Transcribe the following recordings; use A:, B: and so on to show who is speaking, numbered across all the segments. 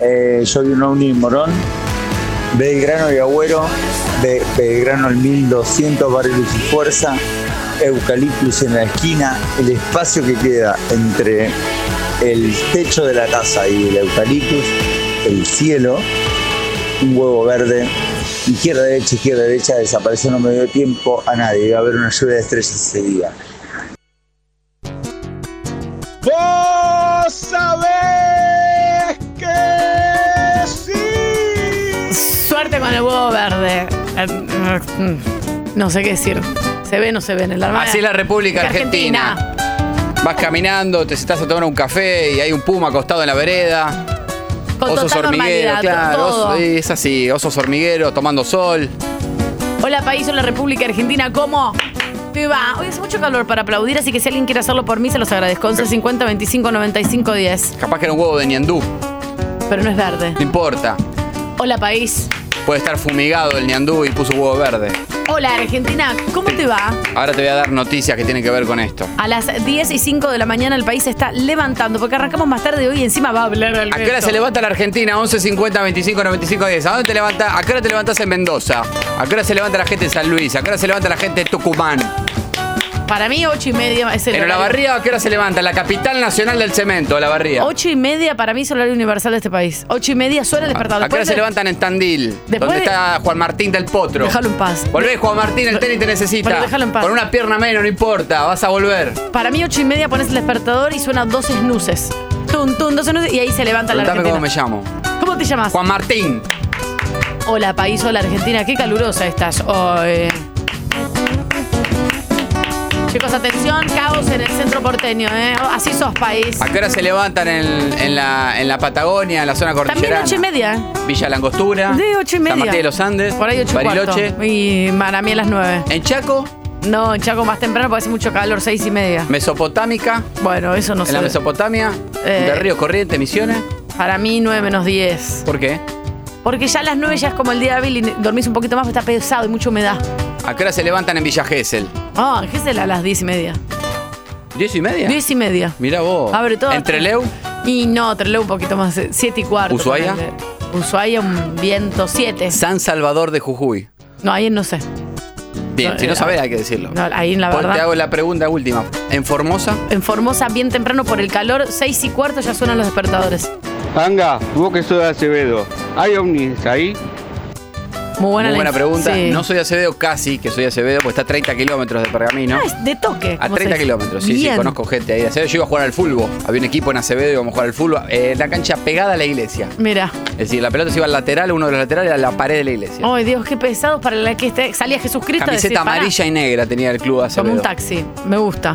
A: eh, soy un ovni morón, Belgrano y Agüero, de Belgrano al 1200, Barrio Luz y Fuerza, Eucaliptus en la esquina, el espacio que queda entre el techo de la casa y el eucaliptus, el cielo, un huevo verde, izquierda, derecha, izquierda, derecha, desapareció, no me dio tiempo a nadie, iba a haber una lluvia de estrellas ese día.
B: ¡Vos sabés que sí!
C: Suerte con el huevo verde. Eh, mm, No sé qué decir. Se ve, no se ve en el armario.
D: Así es la República Argentina. Vas caminando, te sentás a tomar un café y hay un puma acostado en la vereda.
C: Con
D: osos
C: total
D: hormigueros,
C: normalidad.
D: claro.
C: todo.
D: osos- es así, osos hormigueros tomando sol.
C: Hola país, hola República Argentina, ¿cómo? Te va. Hoy hace mucho calor para aplaudir, así que si alguien quiere hacerlo por mí, se los agradezco. 11 50 25 95 10.
D: Capaz que era un huevo de ñandú,
C: Pero no es verde.
D: no importa.
C: Hola país.
D: Puede estar fumigado el ñandú y puso huevo verde.
C: Hola Argentina, ¿cómo te va?
D: Ahora te voy a dar noticias que tienen que ver con esto.
C: A las 10 y 5 de la mañana el país se está levantando, porque arrancamos más tarde hoy y encima va a hablar
D: ¿A
C: Alberto.
D: qué hora se levanta la Argentina? 11, 50, 25, 95, 10. ¿A dónde te levanta? ¿A qué hora te levantas en Mendoza? ¿A qué hora se levanta la gente en San Luis? ¿A qué hora se levanta la gente en Tucumán?
C: Para mí 8 y media es el
D: ¿En
C: horario.
D: Olavarría a qué hora se levanta? La capital nacional del cemento, Olavarría.
C: 8 y media para mí es el horario universal de este país. 8 y media suena el despertador.
D: ¿A qué hora
C: Después
D: se
C: de-
D: levantan en Tandil?
C: Después
D: Donde
C: de-
D: está Juan Martín del Potro.
C: Déjalo en paz.
D: Volvés, Juan Martín, el tenis te necesita.
C: Bueno, déjalo en paz.
D: Con una pierna menos, no importa, vas a volver.
C: Para mí, ocho y media pones el despertador y suena dos snuses. Tun, tun, dos snuses y ahí se levanta la
D: Preguntame
C: Argentina.
D: cómo me llamo.
C: ¿Cómo te llamas?
D: Juan Martín.
C: Hola, país, hola, Argentina. Qué calurosa estás hoy. Chicos, atención, caos en el centro porteño, ¿eh? Así sos, país.
D: ¿A qué hora se levantan en, en la, en la Patagonia, en la zona
C: También
D: cordillerana?
C: ocho y media.
D: Villa Langostura.
C: De ocho y media.
D: San Martín de los Andes.
C: Por ahí ocho y cuarto.
D: Bariloche. Eh.
C: Y para mí a las nueve.
D: En Chaco,
C: No, en Chaco más temprano porque hace mucho calor, seis y media.
D: Mesopotámica.
C: Bueno, eso no
D: en la
C: sé.
D: Mesopotamia.
C: Eh.
D: De Río Corriente, Misiones.
C: Para mí, nueve menos diez.
D: ¿Por qué?
C: Porque ya a las 9 ya es como el día hábil y dormís un poquito más, pero está pesado y mucha humedad.
D: ¿A qué hora se levantan en Villa Gesell?
C: Ah, en Gesell a las 10 y media.
D: ¿Diez y media?
C: 10 y media.
D: Mirá vos.
C: Abre todo.
D: ¿En Trelew?
C: Y no, Trelew un poquito más. 7 y cuarto.
D: ¿Ushuaia?
C: ponele. Ushuaia, un viento 7.
D: San Salvador de Jujuy.
C: No, ahí no sé.
D: Bien,
C: No,
D: si no
C: eh,
D: sabés hay que decirlo.
C: No, ahí la
D: Pues Te
C: verdad.
D: hago la pregunta última. ¿En Formosa?
C: En Formosa, bien temprano por el calor, 6 y cuarto ya suenan los despertadores.
E: Anga, vos que sos de Acevedo, ¿hay ovnis ahí?
C: Muy buena,
D: Muy
C: la
D: buena
C: inf-
D: pregunta.
C: sí.
D: No soy de Acevedo, casi que soy de Acevedo, porque está a 30 kilómetros de Pergamino.
C: Ah, es de toque.
D: A
C: como se
D: 30
C: dice.
D: kilómetros, sí,
C: Bien.
D: sí, conozco gente ahí de Acevedo. Yo iba a jugar al fútbol. Había un equipo en Acevedo, íbamos a jugar al fútbol. eh, la cancha pegada a la iglesia.
C: Mira.
D: Es decir, la pelota se iba al lateral, uno de los laterales era la pared de la iglesia.
C: Ay, Dios, qué pesado para la que esté- salía Jesucristo. a
D: Camiseta
C: decir, Oh, pará,
D: amarilla y negra tenía el club de Acevedo.
C: Como un taxi. Me gusta.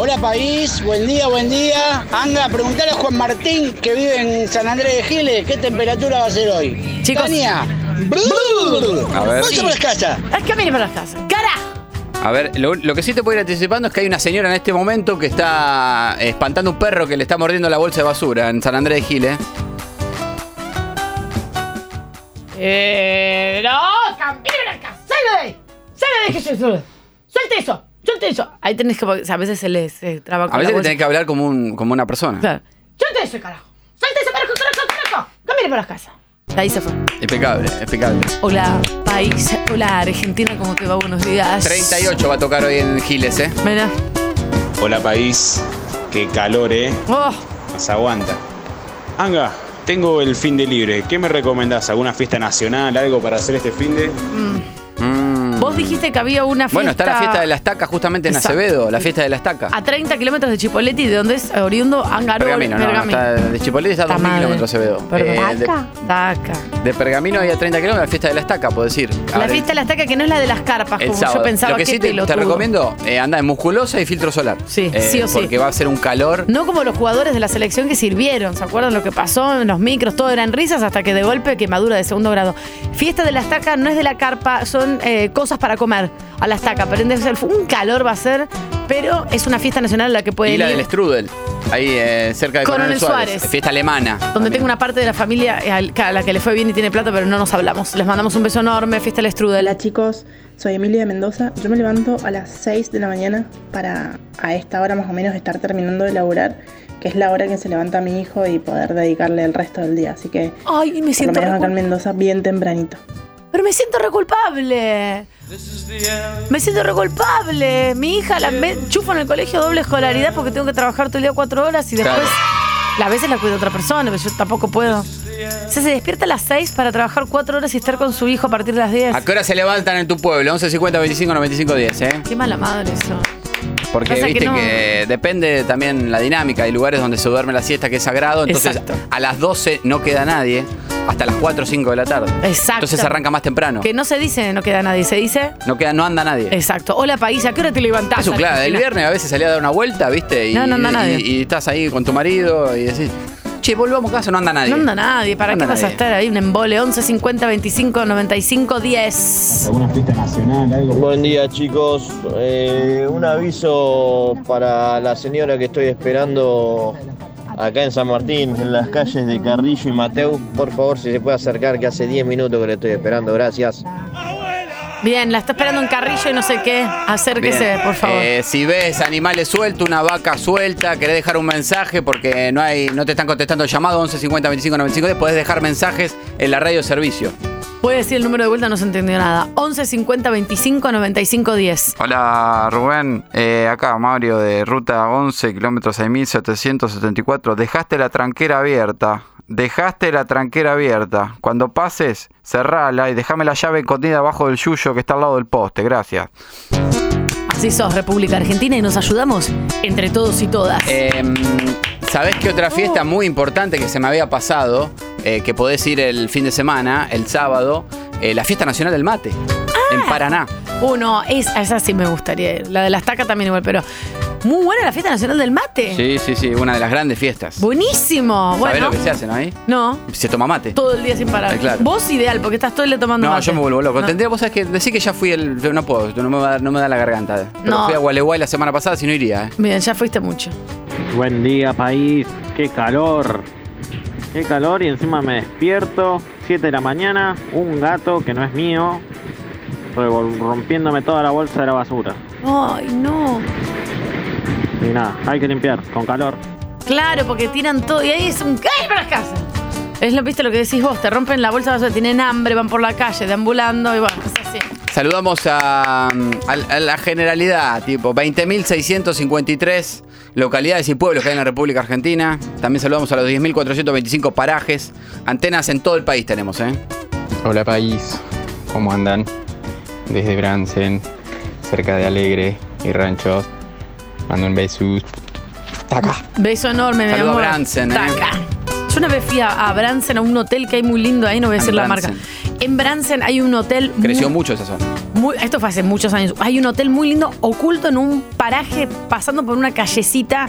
F: Hola país, buen día, buen día. Anda, preguntale a Juan Martín que vive en San Andrés de Giles qué temperatura va a ser hoy.
C: Chicos.
F: Tania,
D: A ver.
F: vaya por las casas.
C: Es que miren para las casas. ¡Carajo!
D: A ver, lo, lo que sí te puedo ir anticipando es que hay una señora en este momento que está espantando un perro que le está mordiendo la bolsa de basura en San Andrés de Giles.
C: Eh, no, cambiar una casa. Salga de ahí. Salga de ahí que yo solo. Suelte eso. Suelte eso. Ahí tenés que. o sea, a veces se les eh, traba con
D: A veces
C: la
D: le tenés que hablar como, un, como una persona.
C: Claro. Suelte eso, carajo. Suelte eso, carajo, carajo, carajo. Camine para las casas. Ahí se fue.
D: Impecable, impecable.
C: Hola, país. Hola, Argentina. ¿Cómo te va? Buenos días.
D: 38 va a tocar hoy en Giles, ¿eh?
C: Mira.
G: Hola país, qué calor, eh.
C: Oh,
G: Nos aguanta. Anga, tengo el fin de libre. ¿Qué me recomendás? ¿Alguna fiesta nacional, algo para hacer este fin de?
D: Mm.
C: vos dijiste que había una fiesta.
D: Bueno, está la fiesta de la estaca justamente en
C: Exacto.
D: Acevedo, la fiesta de la estaca.
C: A 30 kilómetros de Chipoleti, de donde es oriundo Angaró.
D: Pergamino, no, no, está- de Chipolete está a 2.000 kilómetros Acevedo. Eh, de,
C: Perdón. Taca.
D: de Pergamino hay a 30 kilómetros la fiesta de la estaca, puedo decir.
C: La
D: Ahora,
C: fiesta de la estaca que no es la de las carpas,
D: el
C: como
D: sábado.
C: yo pensaba
D: Lo que
C: qué
D: sí te, te
C: pelotudo.
D: recomiendo, eh, anda en musculosa y filtro solar. Eh,
C: Sí, sí o sí.
D: Porque va a ser un calor.
C: No como los jugadores de la selección que sirvieron, ¿se acuerdan lo que pasó en los micros? Todo eran risas hasta que de golpe quemadura de segundo grado. Fiesta de la estaca no es de la carpa, son eh, cosas para comer a la estaca. Prendes el fu- un calor va a ser, pero es una fiesta nacional a la que pueden
D: Y la del
C: ir.
D: Strudel, ahí eh, cerca de
C: Coronel
D: Coronel, Suárez.
C: Suárez.
D: Fiesta alemana.
C: Donde
D: también.
C: tengo una parte de la familia eh, al- a la que le fue bien y tiene plata, pero no nos hablamos. Les mandamos un beso enorme, fiesta del Strudel.
H: Hola chicos, soy Emilia de Mendoza. Yo me levanto a las 6 de la mañana para a esta hora más o menos estar terminando de laburar que es la hora que se levanta mi hijo y poder dedicarle el resto del día. Así que
C: Ay, me
H: por lo
C: siento.
H: menos acá
C: re
H: en
C: cul-
H: Mendoza bien tempranito.
C: Pero me siento reculpable. Me siento reculpable. Mi hija la me- chufo en el colegio doble escolaridad porque tengo que trabajar todo el día cuatro horas y después.
D: Claro.
C: A veces la cuida otra persona, pero yo tampoco puedo. O sea, se despierta a las 6 para trabajar cuatro horas y estar con su hijo a partir de las 10.
D: ¿A qué hora se levantan en tu pueblo? 11, 50, 25, 95, 10, ¿eh?
C: Qué mala madre eso.
D: Porque
C: Pasa que
D: viste que,
C: no.
D: depende también la dinámica. Hay lugares donde se duerme la siesta, que es sagrado. Entonces,
C: Exacto.
D: a las 12 no queda nadie hasta las 4 o 5 de la tarde.
C: Exacto.
D: Entonces arranca más temprano.
C: Que no se dice, no queda nadie, se dice.
D: No, queda, no anda nadie.
C: Exacto. Hola, país, ¿a qué hora te levantás?
D: Eso, claro, el
C: Argentina?
D: viernes a veces salía a dar una vuelta, ¿viste? Y,
C: No, no anda
D: y-
C: nadie.
D: y estás ahí con tu marido y decís, che, volvamos a casa, no anda nadie.
C: No anda nadie, ¿para
D: No anda
C: qué vas a
D: nadie.
C: estar ahí? Un embole 11 50 25 95 10.
G: Alguna fiesta nacional, algo.
I: Buen día chicos, Eh, un aviso para la señora que estoy esperando acá en San Martín, en las calles de Carrillo y Mateu, por favor si se puede acercar que hace 10 minutos que le estoy esperando, gracias.
C: Bien, la está esperando un carrillo y no sé qué. Acérquese,
D: Bien.
C: por favor.
D: Eh, si ves animales sueltos, una vaca suelta, querés dejar un mensaje porque no hay, no te están contestando el llamado 11 50 25 95 10, podés dejar mensajes en la radio servicio.
C: Puede decir el número de vuelta, no se entendió nada. 11 50 25 95 10.
E: Hola Rubén, Eh, acá Mario de ruta 11, kilómetro 6774. Dejaste la tranquera abierta. Dejaste la tranquera abierta. Cuando pases, cerrala y déjame la llave escondida abajo del yuyo que está al lado del poste. Gracias.
C: Así sos, República Argentina, y nos ayudamos entre todos y todas.
D: Eh, ¿Sabés qué otra
C: Oh.
D: fiesta muy importante que se me había pasado? eh, que podés ir el fin de semana, el sábado, eh, la fiesta nacional del mate
C: Ah.
D: en Paraná.
C: Uno, es, esa sí me gustaría. ir. La de las tacas también igual, pero. Muy buena la fiesta nacional del mate.
D: Sí, sí, sí, una de las grandes fiestas.
C: Buenísimo.
D: ¿Sabés
C: Eh. Bueno.
D: lo que se hacen ahí?
C: No.
D: Se toma mate.
C: Todo el día sin parar.
D: Ah, claro.
C: Vos ideal, porque estás todo el día tomando
D: No,
C: mate.
D: yo me vuelvo loco.
C: No.
D: Tendría, vos sabés que decir que ya fui el. yo No puedo, no me, da, no me da la garganta. Pero
C: No.
D: fui a Gualeguay la semana pasada, si no iría, ¿eh?
C: Bien, ya fuiste mucho.
J: Buen día, país. Qué calor. Qué calor y encima me despierto. 7 de la mañana. Un gato que no es mío. revol- Rompiéndome toda la bolsa de la basura.
C: Ay, no.
J: Y nada, hay que limpiar con calor.
C: Claro, porque tiran todo y ahí es un ¡Ay, para las casas! Es lo, viste, lo que decís vos, te rompen la bolsa de basura, tienen hambre, van por la calle, deambulando y bueno, es así.
D: Saludamos a, a- a la generalidad, tipo 20.653 localidades y pueblos que hay en la República Argentina. También saludamos a los 10.425 parajes. Antenas en todo el país tenemos, ¿eh?
E: Hola país, ¿cómo andan? Desde Bransen, cerca de Alegre y Ranchos. Mando un beso. ¡Taca!
C: Beso enorme, mi
D: Saludo a
C: amor.
D: Bransen, ¿eh?
C: Taca. Yo una vez fui a, a Bransen, a un hotel que hay muy lindo ahí, no voy a
D: En
C: decir la marca.
D: Bransen.
C: En Bransen hay un hotel muy-
D: Creció mucho esa zona.
C: muy- esto fue hace muchos años. Hay un hotel muy lindo, oculto en un paraje, pasando por una callecita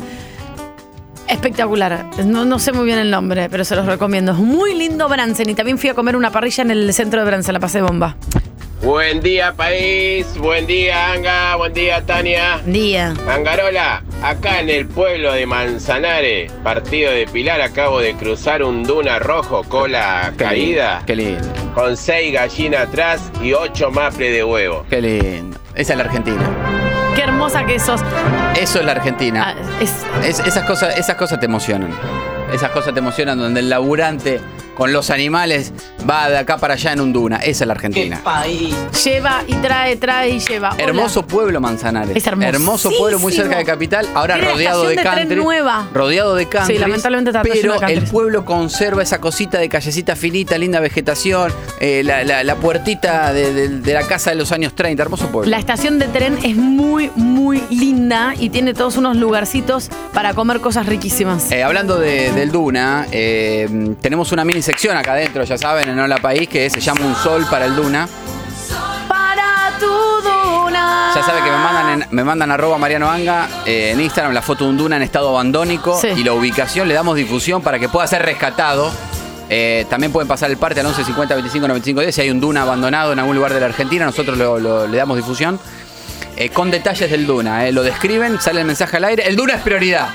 C: espectacular. No, no sé muy bien el nombre, pero se los recomiendo. Es muy lindo Bransen. Y también fui a comer una parrilla en el centro de Bransen, la pasé bomba.
I: Buen día país, buen día Anga, buen día Tania.
C: Día.
I: Angarola, acá en el pueblo de Manzanares, partido de Pilar, acabo de cruzar un duna rojo, cola
D: Qué lindo, Qué lindo.
I: con seis gallinas atrás y ocho maples de huevo.
D: Qué lindo. Esa es la Argentina.
C: Qué hermosa que sos.
D: Eso es la
C: Ah,
D: Argentina.
C: es-
D: Es- esas, cosas, esas cosas te emocionan. Esas cosas te emocionan donde el laburante con los animales va de acá para allá en un duna. Esa es la Argentina.
C: lleva y trae, trae y lleva. Hola.
D: Hermoso pueblo Manzanares.
C: Es hermosísimo.
D: pueblo muy cerca de Capital, ahora
C: Tiene la
D: rodeado de
C: estación de tren
D: country.
C: nueva.
D: Rodeado de country.
C: lamentablemente está lleno de
D: Pero
C: countries.
D: el pueblo conserva esa cosita de callecita finita, linda vegetación, eh, la, la- la puertita de, de- de la casa de los años 30. Hermoso pueblo.
C: La estación de tren es muy, muy linda y tiene todos unos lugarcitos para comer cosas riquísimas.
D: Eh, hablando de- del Duna, eh, tenemos una mini sección acá adentro, ya saben, en Hola País, que se llama Un Sol para el Duna.
C: Para tu duna.
D: Ya saben que me mandan, en- me mandan arroba Mariano Anga eh, en Instagram la foto de un Duna en estado abandónico
C: Sí.
D: y la ubicación le damos difusión para que pueda ser rescatado. Eh, también pueden pasar el parte al 11 50 25 95 10 si hay un Duna abandonado en algún lugar de la Argentina, nosotros lo- lo- le damos difusión. Eh, con detalles del Duna, eh, lo describen, sale el mensaje al aire. El Duna es prioridad.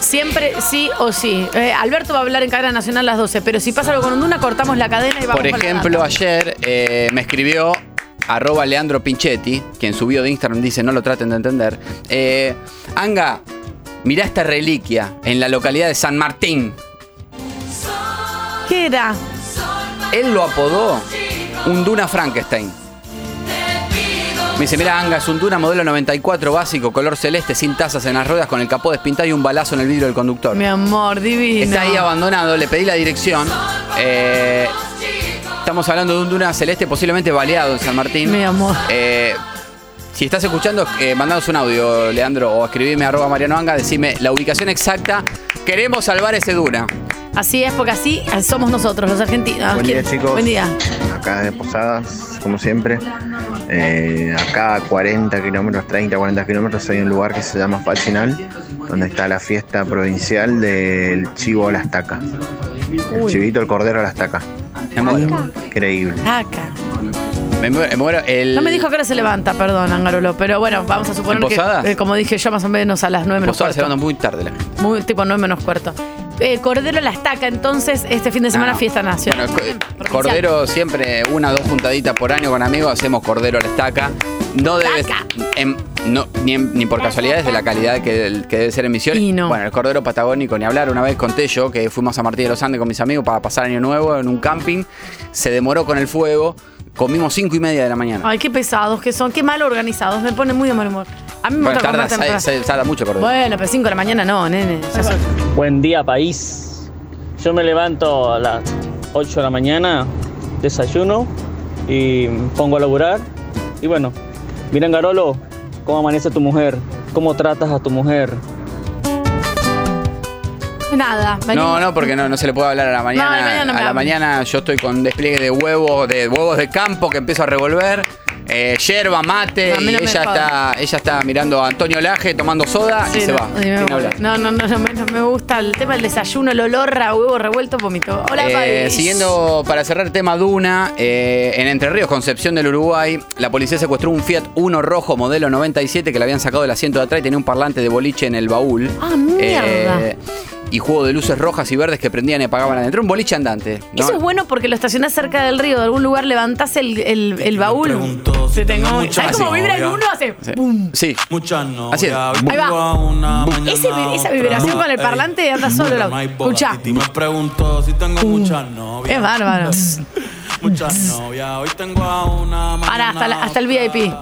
C: Siempre sí o sí. Eh, Alberto va a hablar en cadena nacional a las 12, pero si pasa algo con un duna, cortamos la cadena y vamos
D: Por
C: con la
D: ejemplo,
C: data.
D: ayer eh, me escribió arroba Leandro Pinchetti, quien subió de Instagram, dice, no lo traten de entender. eh, Anga, mirá esta reliquia en la localidad de San Martín.
C: ¿Qué era?
D: Él lo apodó un Duna Frankenstein. Me dice, mira, Anga, es un Duna modelo 94 básico, color celeste, sin tazas en las ruedas, con el capó despintado y un balazo en el vidrio del conductor.
C: Mi amor, divino.
D: Está ahí abandonado, le pedí la dirección. Eh, estamos hablando de un Duna celeste posiblemente baleado en San Martín.
C: Mi amor.
D: Eh, si estás escuchando, eh, mandanos un audio, Leandro, o escribime arroba Mariano Anga, decime la ubicación exacta. Queremos salvar ese Duna.
C: Así es, porque así somos nosotros, los argentinos.
K: Buen día,
C: ¿Quién?
K: chicos.
C: Buen día.
K: Acá de Posadas, como siempre. Eh, acá a 40 kilómetros, 30, 40 kilómetros hay un lugar que se llama Facinal, donde está la fiesta provincial del chivo a la estaca. El
C: Uy.
K: chivito, el cordero a la estaca.
D: Me muero.
K: Increíble.
C: Acá.
D: Me muero. me muero. El-
C: No me dijo que ahora se levanta, perdón, Angarulo, pero bueno, vamos a suponer
D: ¿En
C: que,
D: Posadas?
C: eh, como dije yo, más o menos a las 9 menos
D: Posadas se
C: cuarto.
D: van muy tarde. la gente.
C: Muy, tipo 9 menos cuarto. Eh, Cordero a la estaca, entonces, este fin de semana
D: Ah, No.
C: fiesta nacional.
D: Bueno, co- Cordero siempre una o dos puntaditas por año con amigos, hacemos cordero a la estaca. No debe em, no, ni, en- ni por casualidades de la calidad que, del- que debe ser en Misiones.
C: Y no.
D: Bueno, el cordero patagónico, ni hablar. Una vez conté yo que fuimos a Martín de los Andes con mis amigos para pasar año nuevo en un camping. Se demoró con el fuego. Comimos cinco y media de la mañana.
C: Ay, qué pesados que son, qué mal organizados, me pone muy de mal humor. A mí me
D: bueno,
C: gusta
D: tarda,
C: comer
D: se,
C: temprano.
D: se- tarda mucho el cordero.
C: Bueno, pero 5 de la mañana no, nene. Ya son-
L: Buen día, país. Yo me levanto a las 8 de la mañana, desayuno y me pongo a laburar. Y bueno, miren, Garolo, cómo amanece tu mujer, cómo tratas a tu mujer.
C: Nada.
D: No,
C: venimos-
D: no, porque no, no se le puede hablar a la mañana.
C: No, a la mañana no me
D: a la
C: habla.
D: mañana yo estoy con despliegue de huevos, de huevos de campo que empiezo a revolver. Eh, yerba, mate,
C: A mí no
D: y
C: me
D: ella
C: joda.
D: está, ella está mirando a Antonio Laje tomando soda
C: Sí,
D: y se
C: no,
D: va.
C: y me
D: sin
C: voy.
D: hablar.
C: No, no, no, no, me- no me gusta el tema del desayuno, el olor a huevo revuelto, vomito. Hola,
D: Eh,
C: país.
D: siguiendo para cerrar el tema Duna, eh, en Entre Ríos, Concepción del Uruguay, la policía secuestró un Fiat Uno rojo modelo 97 que le habían sacado del asiento de atrás y tenía un parlante de boliche en el baúl.
C: Ah, mierda.
D: Eh, y juego de luces rojas y verdes que prendían y apagaban adentro. Un boliche andante. ¿no?
C: Eso es bueno porque lo estacionás cerca del río, de algún lugar levantás el, el, el baúl. Te tengo ¿Sabes cómo vibra el uno? Hace
D: Sí.
C: ¡pum!
D: Sí. Así es.
C: Ahí va. Ese vi- esa vibración con el parlante anda solo. el auto. Escuchá.
I: Mm.
C: Es bárbaro. Pará, hasta, la- hasta el VIP.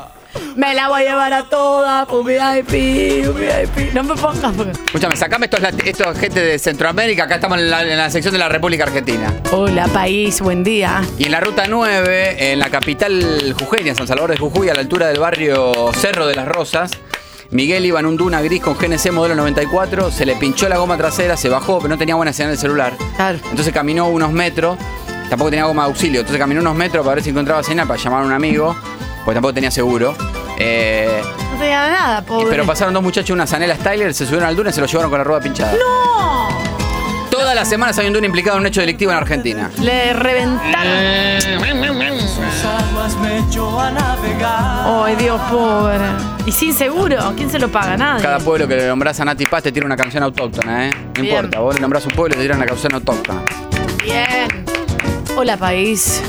C: Me la voy a llevar a toda, un VIP, un VIP. No me pongas. porque-
D: Escúchame, sacame estos, lati- estos gente de Centroamérica, acá estamos en la, en la sección de la República Argentina.
C: Hola, país, buen día.
D: Y en la ruta 9, en la capital jujeña, San Salvador de Jujuy, a la altura del barrio Cerro de las Rosas, Miguel iba en un Duna gris con GNC modelo 94, se le pinchó la goma trasera, se bajó, pero no tenía buena señal del celular.
C: Claro.
D: Entonces caminó unos metros, tampoco tenía goma de auxilio, entonces caminó unos metros para ver si encontraba señal para llamar a un amigo, pues tampoco tenía seguro. Eh,
C: No te gana nada, pobre.
D: pero pasaron dos muchachos una Zanela Styler, se subieron al Duna y se lo llevaron con la rueda pinchada.
C: ¡No!
D: Todas las semanas hay un Duna implicado en un hecho delictivo en Argentina.
C: Le reventaron. Ay, Dios, pobre. Y sin seguro, ¿quién se lo paga? Nadie.
D: Cada pueblo que le nombrás a Nati Paz te tiene una canción autóctona, ¿eh? No
C: Bien.
D: importa, vos le nombrás a un pueblo y te tiran una canción autóctona.
C: Bien. Hola, país.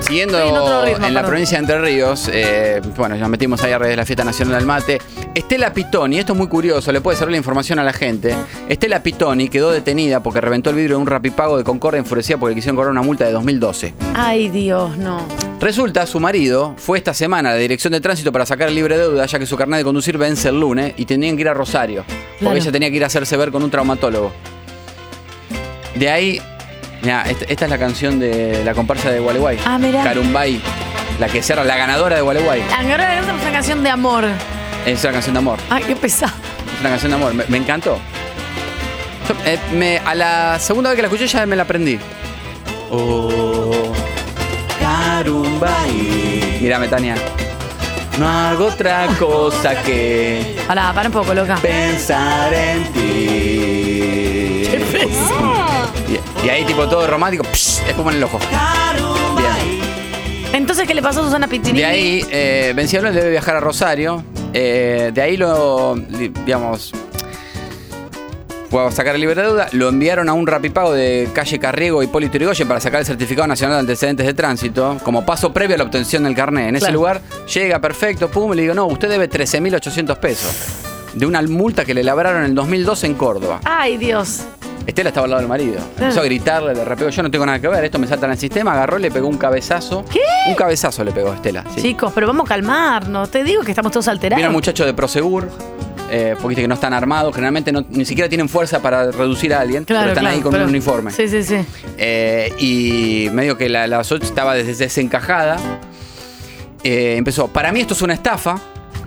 D: Siguiendo
C: Estoy en otro
D: en,
C: ritmo,
D: la
C: perdón.
D: provincia de Entre Ríos, eh, bueno, ya metimos ahí a redes de la Fiesta Nacional del Mate. Estela Pitoni, esto es muy curioso, le puede servir la información a la gente. Estela Pitoni quedó detenida porque reventó el vidrio de un rapipago de Concordia enfurecida porque le quisieron cobrar una multa de 2012.
C: Ay, Dios, no.
D: Resulta, su marido fue esta semana a la dirección de tránsito para sacar el libre deuda, ya que su carnet de conducir vence el lunes y tenían que ir a Rosario,
C: Claro.
D: porque ella tenía que ir a hacerse ver con un traumatólogo. De ahí, mirá, esta, esta es la canción de la comparsa de Gualeguay.
C: Ah, mirá.
D: Carumbay, la que cierra, la ganadora de Gualeguay.
C: Ahora es una canción de amor.
D: Es una canción de amor,
C: Ay, qué pesado.
D: es una canción de amor, me, me encantó. Yo, eh, me- a la segunda vez que la escuché ya me la aprendí. Oh, Carumbay. Mirá, Metania. No hago otra cosa que
C: Pará, para un poco, loca.
D: pensar en ti. Y, y ahí tipo todo romántico, psh, es como en el ojo. Bien.
C: Entonces, ¿qué le pasó a Susana Pitinini?
D: De ahí, eh, Vencerlo debe viajar a Rosario. Eh, de ahí lo, li- digamos, Puedo sacar el libre de duda. Lo enviaron a un rapipago de calle Carriego y Poli Turigoyen para sacar el certificado nacional de antecedentes de tránsito como paso previo a la obtención del carnet. En ese
M: Claro.
D: lugar llega perfecto, pum, le digo, no, usted debe 13.800 pesos de una multa que le labraron en el 2002 en Córdoba.
C: Ay, Dios.
D: Estela estaba al lado del marido. Empezó a gritarle, le rapeo, yo no tengo nada que ver, esto me salta en el sistema, agarró, le pegó un cabezazo. ¿Qué? Un cabezazo le pegó a Estela. sí.
C: Chicos, pero vamos a calmarnos. Te digo que estamos todos alterados.
D: Viene un muchacho de Prosegur, eh, porque viste que no están armados, generalmente no- ni siquiera tienen fuerza para reducir a alguien, pero están ahí con
C: pero-
D: un uniforme.
C: Sí, sí, sí.
D: Eh, y medio que la, la Soch estaba des- desencajada. Eh, empezó, para mí esto es una estafa,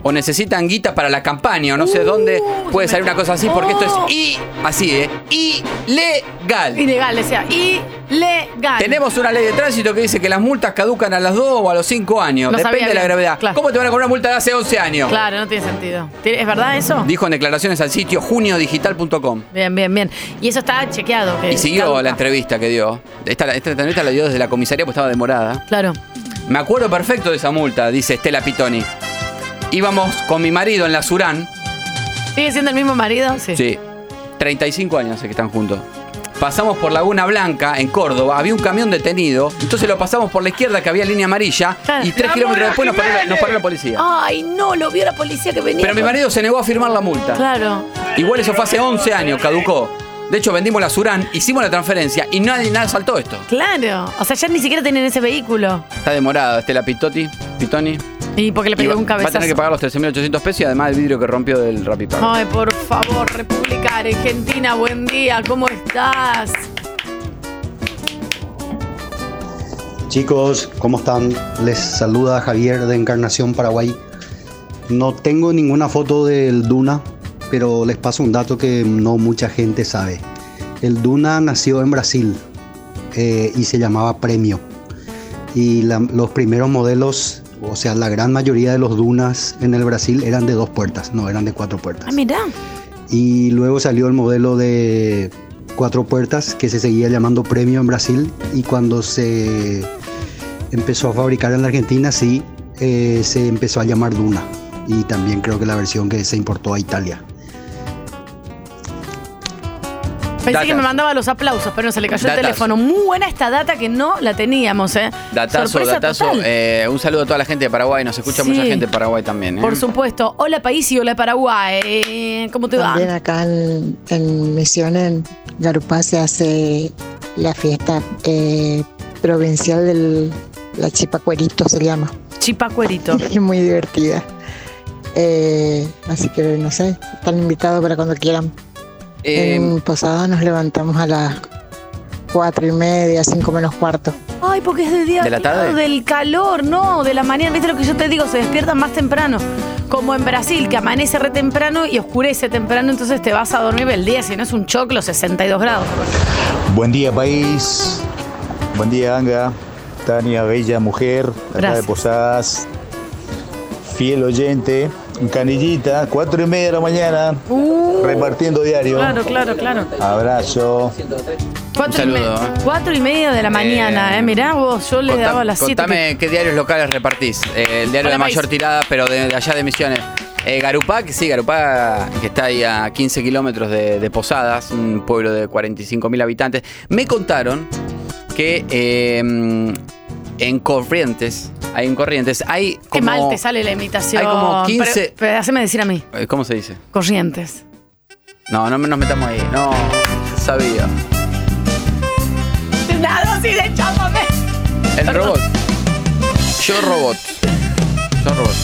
D: o necesitan guita para la campaña, o no
C: Uh,
D: sé dónde puede salir una cosa así, porque esto es i, así, ¿eh? Ilegal.
C: ¡Oh! Ilegal, decía. Ilegal.
D: Tenemos una ley de tránsito que dice que las multas caducan a las 2 o a los 5 años.
C: No
D: Depende
C: sabía
D: de la
C: bien,
D: gravedad. ¿Cómo te van a cobrar una multa de hace 11 años?
C: Claro, no tiene sentido. ¿Tiene- ¿Es verdad eso?
D: Dijo en declaraciones al sitio juniodigital.com.
C: Bien, bien, bien. Y eso está chequeado. que-
D: Y siguió
C: claro.
D: la entrevista que dio. Esta, esta entrevista la dio desde la comisaría porque estaba demorada.
C: Claro.
D: Me acuerdo perfecto de esa multa, dice Estela Pitoni. Íbamos con mi marido en la Surán.
C: ¿Sigue siendo el mismo marido? Sí.
D: Sí. 35 años hace que están juntos. Pasamos por Laguna Blanca, en Córdoba. Había un camión detenido. Entonces lo pasamos por la izquierda, que había línea amarilla. Y tres kilómetros después nos paró, la- nos paró la policía.
C: Ay, no, lo vio la policía que venía.
D: Pero mi marido se negó a firmar la multa.
C: Claro.
D: Igual eso fue hace 11 años, caducó. De hecho, vendimos la Surán, hicimos la transferencia y nadie nada saltó esto.
C: Claro. O sea, ya ni siquiera tienen ese vehículo.
D: Está demorada Estela Pitoti, Pitoni.
C: Y porque le
D: Y
C: pegó
D: va-
C: un
D: Va a tener que
C: cabezazo.
D: pagar los 13.800 pesos y además el vidrio que rompió del Rapipago.
C: Ay, por favor, República Argentina, buen día, ¿cómo estás?
N: Chicos, ¿cómo están? Les saluda Javier de Encarnación Paraguay. No tengo ninguna foto del Duna, pero les paso un dato que no mucha gente sabe. El Duna nació en Brasil eh, y se llamaba Premio. Y la- los primeros modelos, o sea, la gran mayoría de los Dunas en el Brasil eran de dos puertas, no eran de cuatro puertas.
C: Ah, mirá.
N: Y luego salió el modelo de cuatro puertas que se seguía llamando Premio en Brasil y cuando se empezó a fabricar en la Argentina sí eh, se empezó a llamar Duna y también creo que la versión que se importó a Italia.
C: Pensé
N: Datas.
C: que me mandaba los aplausos, pero no se le cayó
D: Datas.
C: el teléfono. Muy buena esta data que no la teníamos, ¿eh?
D: Datazo,
C: Sorpresa
D: datazo.
C: total.
D: Eh, un saludo a toda la gente de Paraguay. Nos escucha
C: Sí.
D: mucha gente de Paraguay también. ¿eh?
C: Por supuesto. Hola país y hola Paraguay. Eh, ¿Cómo te va?
O: También acá en, en Misiones, en Garupá, se hace la fiesta eh, provincial de la Chipacuerito, se llama.
C: Chipacuerito.
O: Es muy divertida. Eh, así que, no sé, están invitados para cuando quieran.
D: Eh,
O: en Posada nos levantamos a las cuatro y media, cinco menos cuarto.
C: Ay, porque es de día.
O: ¿De la
C: claro,
O: tarde?
C: Del calor, no, de la mañana. ¿Viste lo que yo te digo? Se despiertan más temprano. Como en Brasil, que amanece re temprano y oscurece temprano, entonces te vas a dormir el día, si no es un choclo, 62 grados.
P: Buen día, país. Buen día, Anga. Tania, bella mujer, de acá de
C: Gracias.
P: Posadas. Fiel oyente, en canillita, cuatro y media de la mañana, repartiendo diario.
C: Uh. Claro, claro, claro.
P: Abrazo.
C: Cuatro, y,
D: saludo,
C: me-
D: ¿eh?
C: cuatro y media de la mañana, eh. Mirá vos, yo le
D: Contá-
C: daba las siete.
D: Contame qué diarios locales repartís. Eh, el diario
C: Hola,
D: de mayor
C: país.
D: tirada, pero de, de allá de Misiones. Eh, Garupá, que sí, Garupá, que está ahí a 15 kilómetros de, de Posadas, un pueblo de 45.000 habitantes. Me contaron que eh, en Corrientes, hay en Corrientes, hay como...
C: Qué mal te sale la imitación.
D: Hay como 15
C: Pero, pero haceme decir a mí.
D: Eh, ¿Cómo se dice?
C: Corrientes.
D: No, no nos metamos ahí. No, sabía.
C: Nada así de chápame.
D: El robot. Yo robot. Yo robot.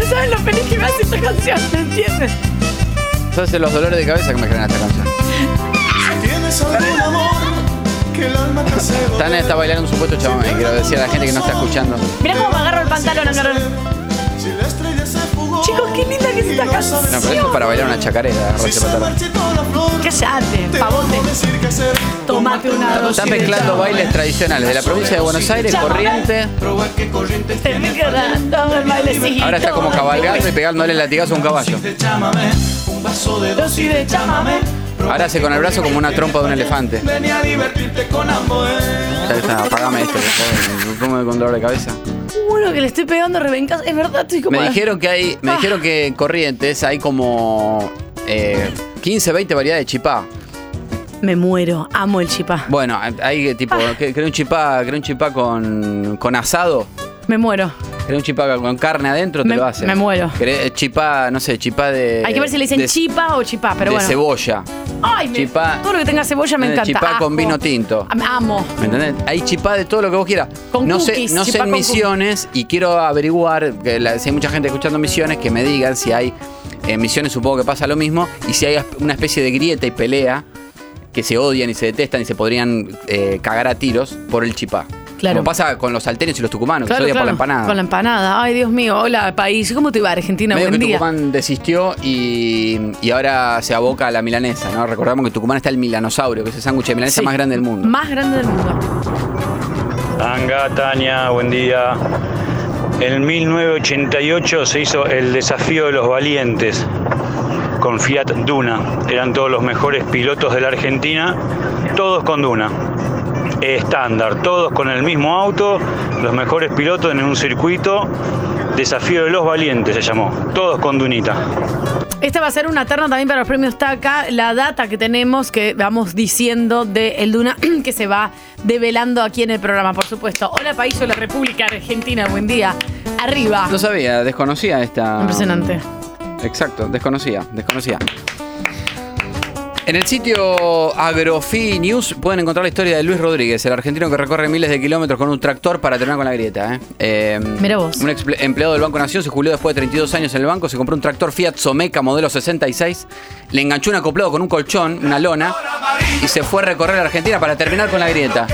C: ¿No sabes lo feliz que me hace esta canción? ¿Me entiendes?
D: Entonces los dolores de cabeza que me generan esta canción.
Q: Tienes algún amor que el alma te hace
D: Tania está bailando un supuesto chamamé, quiero decir a la gente que no está escuchando.
C: Mirá cómo me agarro el pantalón, Angarón. Chicos, qué linda que es esta canción.
D: No, pero esto es para bailar una chacarera, Roche Patarón.
C: Cállate, pavote. Tomate una dosis.
D: Está mezclando bailes tradicionales de la provincia de Buenos Aires, Corrientes.
C: Te me quedando el bailecito.
D: Ahora está como cabalgando y pegándole el latigazo a un caballo.
Q: Un vaso de dosis de chamamé.
D: Ahora hace con el brazo como una trompa de un elefante.
Q: Vení a divertirte con ambos.
D: Ya está, apagame esto, por favor, ¿cómo me con dolor de cabeza?
C: Bueno, que le estoy pegando revencazo. Es verdad, estoy como.
D: Me dijeron que hay, me dijeron que en Corrientes hay como eh, 15, 20 variedades de chipá.
C: Me muero, amo el chipá.
D: Bueno, hay tipo, que creo un chipá, creo un chipá con, con asado.
C: Me muero.
D: Querés un chipá con carne adentro, te
C: Me-
D: lo haces.
C: me muero.
D: Querés chipá, no sé, chipá de.
C: Hay que ver si le dicen
D: de-
C: chipa o chipá, pero
D: Eh, de
C: bueno.
D: cebolla.
C: Ay, me-
D: Chipá.
C: todo lo que tenga cebolla me
D: Eh,
C: encanta.
D: Chipá
C: Ajo.
D: con vino tinto.
C: Am- Amo.
D: ¿Me entendés? Hay chipá de todo lo que vos quieras.
C: Con
D: no
C: cookies,
D: sé, no sé
C: chipá
D: en
C: con
D: misiones y quiero averiguar, que la- si hay mucha gente escuchando misiones, que me digan si hay en misiones, supongo que pasa lo mismo, y si hay as- una especie de grieta y pelea que se odian y se detestan y se podrían eh, cagar a tiros por el chipá.
C: Claro.
D: Como pasa con los salteños y los tucumanos,
C: Claro,
D: que se odian
C: claro.
D: por la empanada.
C: Con la empanada. Ay, Dios mío. Hola, país. ¿Cómo te va, Argentina?
D: Medio
C: Buen
D: que
C: día.
D: Tucumán desistió y, y ahora se aboca a la milanesa, ¿no? Recordamos que en Tucumán está el milanosaurio, que es el sándwich de milanesa
C: Sí.
D: más grande del mundo.
C: Más grande del mundo.
M: Tanga, Tania, buen día. En 1988 se hizo el desafío de los valientes con Fiat Duna. Eran todos los mejores pilotos de la Argentina, todos con Duna. Estándar, todos con el mismo auto, los mejores pilotos en un circuito. Desafío de los valientes se llamó, todos con Dunita.
C: Esta va a ser una terna también para los premios TACA. La data que tenemos, que vamos diciendo de el Duna, que se va develando aquí en el programa, por supuesto. Hola, país. Hola, República Argentina. Buen día. Arriba.
D: No sabía, desconocía esta.
C: Impresionante.
D: Exacto, desconocía, desconocía. En el sitio Agrofi News pueden encontrar la historia de Luis Rodríguez, el argentino que recorre miles de kilómetros con un tractor para terminar con la grieta. ¿eh? Eh,
C: Mirá vos.
D: Un ex- empleado del Banco Nación se jubiló después de 32 años en el banco, se compró un tractor Fiat Someca modelo 66, le enganchó un acoplado con un colchón, una lona, y se fue a recorrer la Argentina para terminar con la grieta.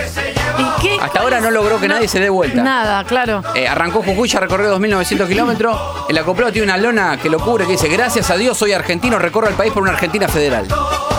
C: ¿Y qué?
D: Hasta ahora no logró que nadie se dé vuelta.
C: Nada, claro.
D: Eh, arrancó Jujuy, ya recorrió 2.900 kilómetros. El acoplado tiene una lona que lo cubre que dice: Gracias a Dios soy argentino, recorro el país por una Argentina federal.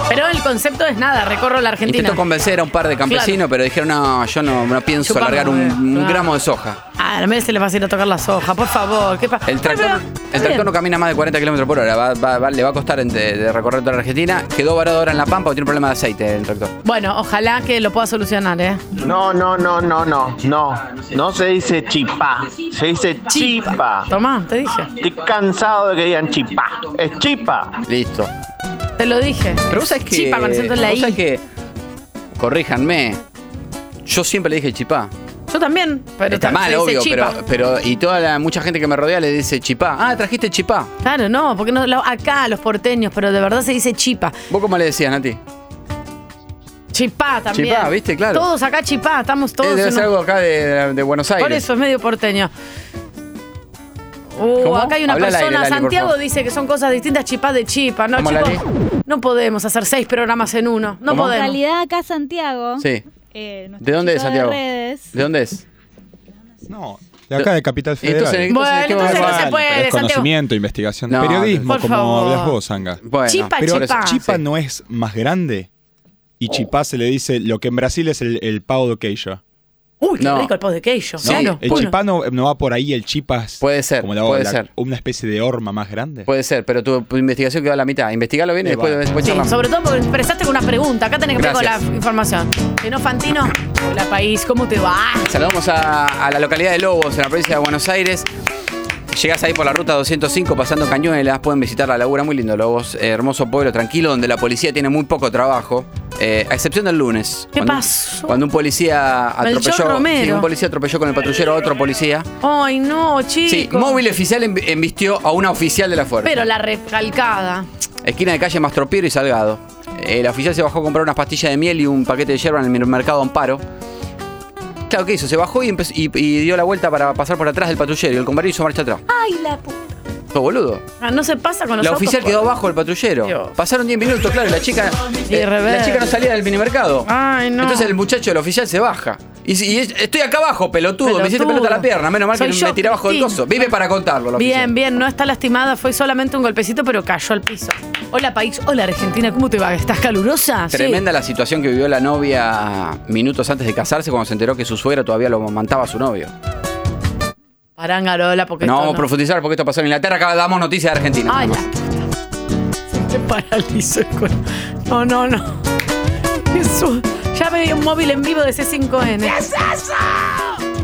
C: Pero el concepto es nada, recorro la Argentina.
D: Intentó convencer a un par de campesinos, pero dijeron: No, yo no, no pienso
C: Chupamos,
D: largar un,
C: eh,
D: un
C: claro.
D: gramo de soja.
C: Ah, no se le va a ir a tocar la soja, por favor. ¿Qué pasa?
D: El tractor, el tractor no camina más de 40 kilómetros por hora. va- va- va- le va a costar en- de, de recorrer toda la Argentina. Quedó varado ahora en La Pampa o tiene un problema de aceite el tractor.
C: Bueno, ojalá que lo pueda solucionar, ¿eh?
I: No, no, no, no, no, no. No se dice chipá, se dice chipa.
C: Tomá, te dije.
I: Estoy cansado de que digan chipá. Es chipa.
D: Listo.
C: Te lo dije.
D: Pero vos sabés que.
C: Chipa, con acento en la
D: vos
C: I.
D: sabés que. Corríjanme. Yo siempre le dije chipá.
C: Yo también, pero
D: Está
C: ta-
D: mal,
C: se dice
D: obvio,
C: chipa.
D: pero, pero- y toda la mucha gente que me rodea le dice chipá. Ah, trajiste chipá.
C: Claro, no, porque no, lo- acá los porteños, pero de verdad se dice chipa.
D: ¿Vos cómo le decían a ti?
C: Chipá también.
D: Chipá, ¿viste? Claro.
C: Todos acá chipá, estamos todos.
D: Eh, debe
C: en
D: ser
C: un-
D: algo acá de, de Buenos Aires.
C: Por eso es medio porteño. Uh,
D: ¿Cómo?
C: acá hay una
D: Habla al
C: persona,
D: aire, Lali, por
C: Santiago
D: favor.
C: dice que son cosas distintas, chipá de chipa, ¿no,
D: ¿Cómo,
C: chicos?
D: Lali?
C: No podemos hacer seis programas en uno. No
D: ¿Cómo?
R: En
C: podemos.
R: realidad acá Santiago.
D: Sí.
R: eh, nuestro
D: ¿De dónde es
R: chico
D: Santiago?
R: De redes.
D: ¿De dónde es?
S: No. De acá, de Capital
D: Entonces,
S: Federal.
D: entonces, Bueno, ¿qué entonces vamos a no se hacer? puede,
S: Es conocimiento, investigación,
D: No,
S: periodismo,
D: por
S: como
D: favor.
S: hablas vos, Sanga.
D: Bueno, Chipa,
S: Pero
D: por eso-
S: Chipa,
D: Chipa
S: no es más grande. Y Chipá se le dice lo que en Brasil es el, el pavo de queijo.
C: Uy, qué
S: No.
C: rico el pod de Keisho.
S: Sí,
C: claro.
S: el
C: Bueno.
S: Chipá no, no va por ahí, el Chipá es
D: Puede ser,
S: como la,
D: puede
S: la-
D: ser.
S: una especie de horma más grande.
D: Puede ser, pero tu, tu investigación quedó a la mitad. Investigalo bien y
S: Eh,
D: después,
S: va.
D: después
C: Sí,
D: charlamos.
C: sobre todo porque expresaste con una pregunta. Acá tenés que ver con la
D: Gracias.
C: información. Si no, Fantino, hola país, ¿cómo te va?
D: Saludamos a, a la localidad de Lobos, en la provincia de Buenos Aires. Llegás ahí por la ruta 205 pasando Cañuelas, pueden visitar la laguna, muy lindo Lobos, eh, hermoso pueblo tranquilo donde la policía tiene muy poco trabajo, eh, a excepción del lunes.
C: ¿Qué
D: cuando,
C: pasó?
D: Cuando un policía
C: Melchor
D: atropelló,
C: Romero.
D: sí, un policía atropelló con el patrullero a otro policía.
C: Ay, no, chicos.
D: Sí, móvil oficial env- embistió a una oficial de la fuerza.
C: Pero la recalcada.
D: Esquina de calle Mastropiero y Salgado. El oficial se bajó a comprar unas pastillas de miel y un paquete de hierba en el mercado Amparo. Claro, ¿qué hizo? Se bajó y, empezó- y- y dio la vuelta para pasar por atrás del patrullero. Y el compañero hizo marcha atrás.
C: Ay, la puta.
D: Todo boludo.
C: Ah, no se pasa con los
D: La
C: autos,
D: oficial
C: por-
D: quedó abajo del patrullero. Pasaron 10 minutos, claro, y la chica,
C: Y
D: eh,
C: revés.
D: la chica no salía del minimercado.
C: Ay, Ah, no.
D: Entonces el muchacho, el oficial, se baja. Y, si- y es- estoy acá abajo, pelotudo, me hiciste
C: Pelotudo.
D: pelota la pierna. Menos mal que
C: Soy yo,
D: me tiré abajo del
C: Cristín.
D: coso. Vive para contarlo, la oficial.
C: Bien, bien, no está lastimada, fue solamente un golpecito, pero cayó al piso. Hola país, hola Argentina, ¿cómo te va? ¿Estás calurosa? Ah, Sí.
D: Tremenda la situación que vivió la novia minutos antes de casarse cuando se enteró que su suegra todavía lo mantaba a su novio.
C: Parangarola, porque
D: no
C: esto
D: vamos a profundizar porque esto pasó en Inglaterra, acá damos noticias de Argentina.
C: Ay, la. Se paralizó el cuerpo. No, no, no. Jesús. Ya me dio un móvil en vivo de C5N. ¿Qué es eso?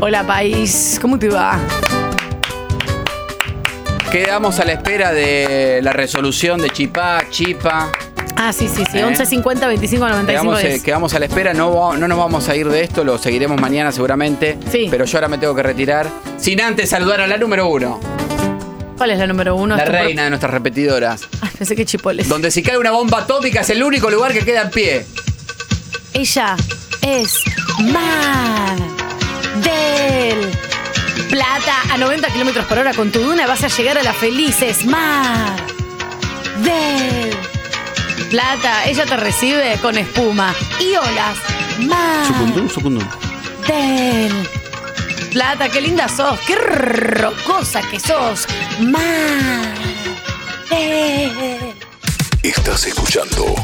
C: Hola país, ¿cómo te va?
D: Quedamos a la espera de la resolución de Chipá, Chipa.
C: Ah, sí, sí, sí.
D: ¿Eh?
C: 11 50 25 95
D: Quedamos, eh,
C: 10.
D: quedamos a la espera, no, va- no nos vamos a ir de esto, lo seguiremos mañana seguramente. Pero yo ahora me tengo que retirar. Sin antes saludar a la número uno,
C: ¿Cuál es la número uno?
D: la
C: Este
D: reina de nuestras repetidoras.
C: pro- Pensé que chipoles.
D: Donde si cae una bomba atómica es el único lugar que queda en pie.
C: Ella es Mar del Plata a 90 kilómetros por hora con tu duna vas a llegar a la felices Mar del Plata. Ella te recibe con espuma y olas. Mar
D: Sucundum, sucundum.
C: del Plata, qué linda sos, qué rocosa que sos. Mar del
T: Estás escuchando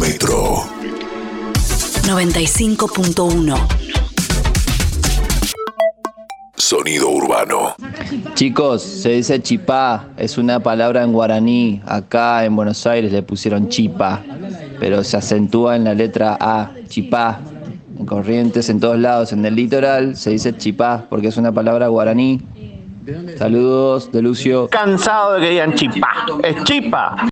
T: Metro
U: 95.1.
T: Sonido Urbano.
V: Chicos, se dice chipá, es una palabra en guaraní. Acá en Buenos Aires le pusieron chipa, pero se acentúa en la letra A, chipá. En Corrientes, en todos lados, en el litoral, se dice chipá porque es una palabra guaraní. Saludos de Lucio.
I: Cansado de que digan chipa. Es chipa.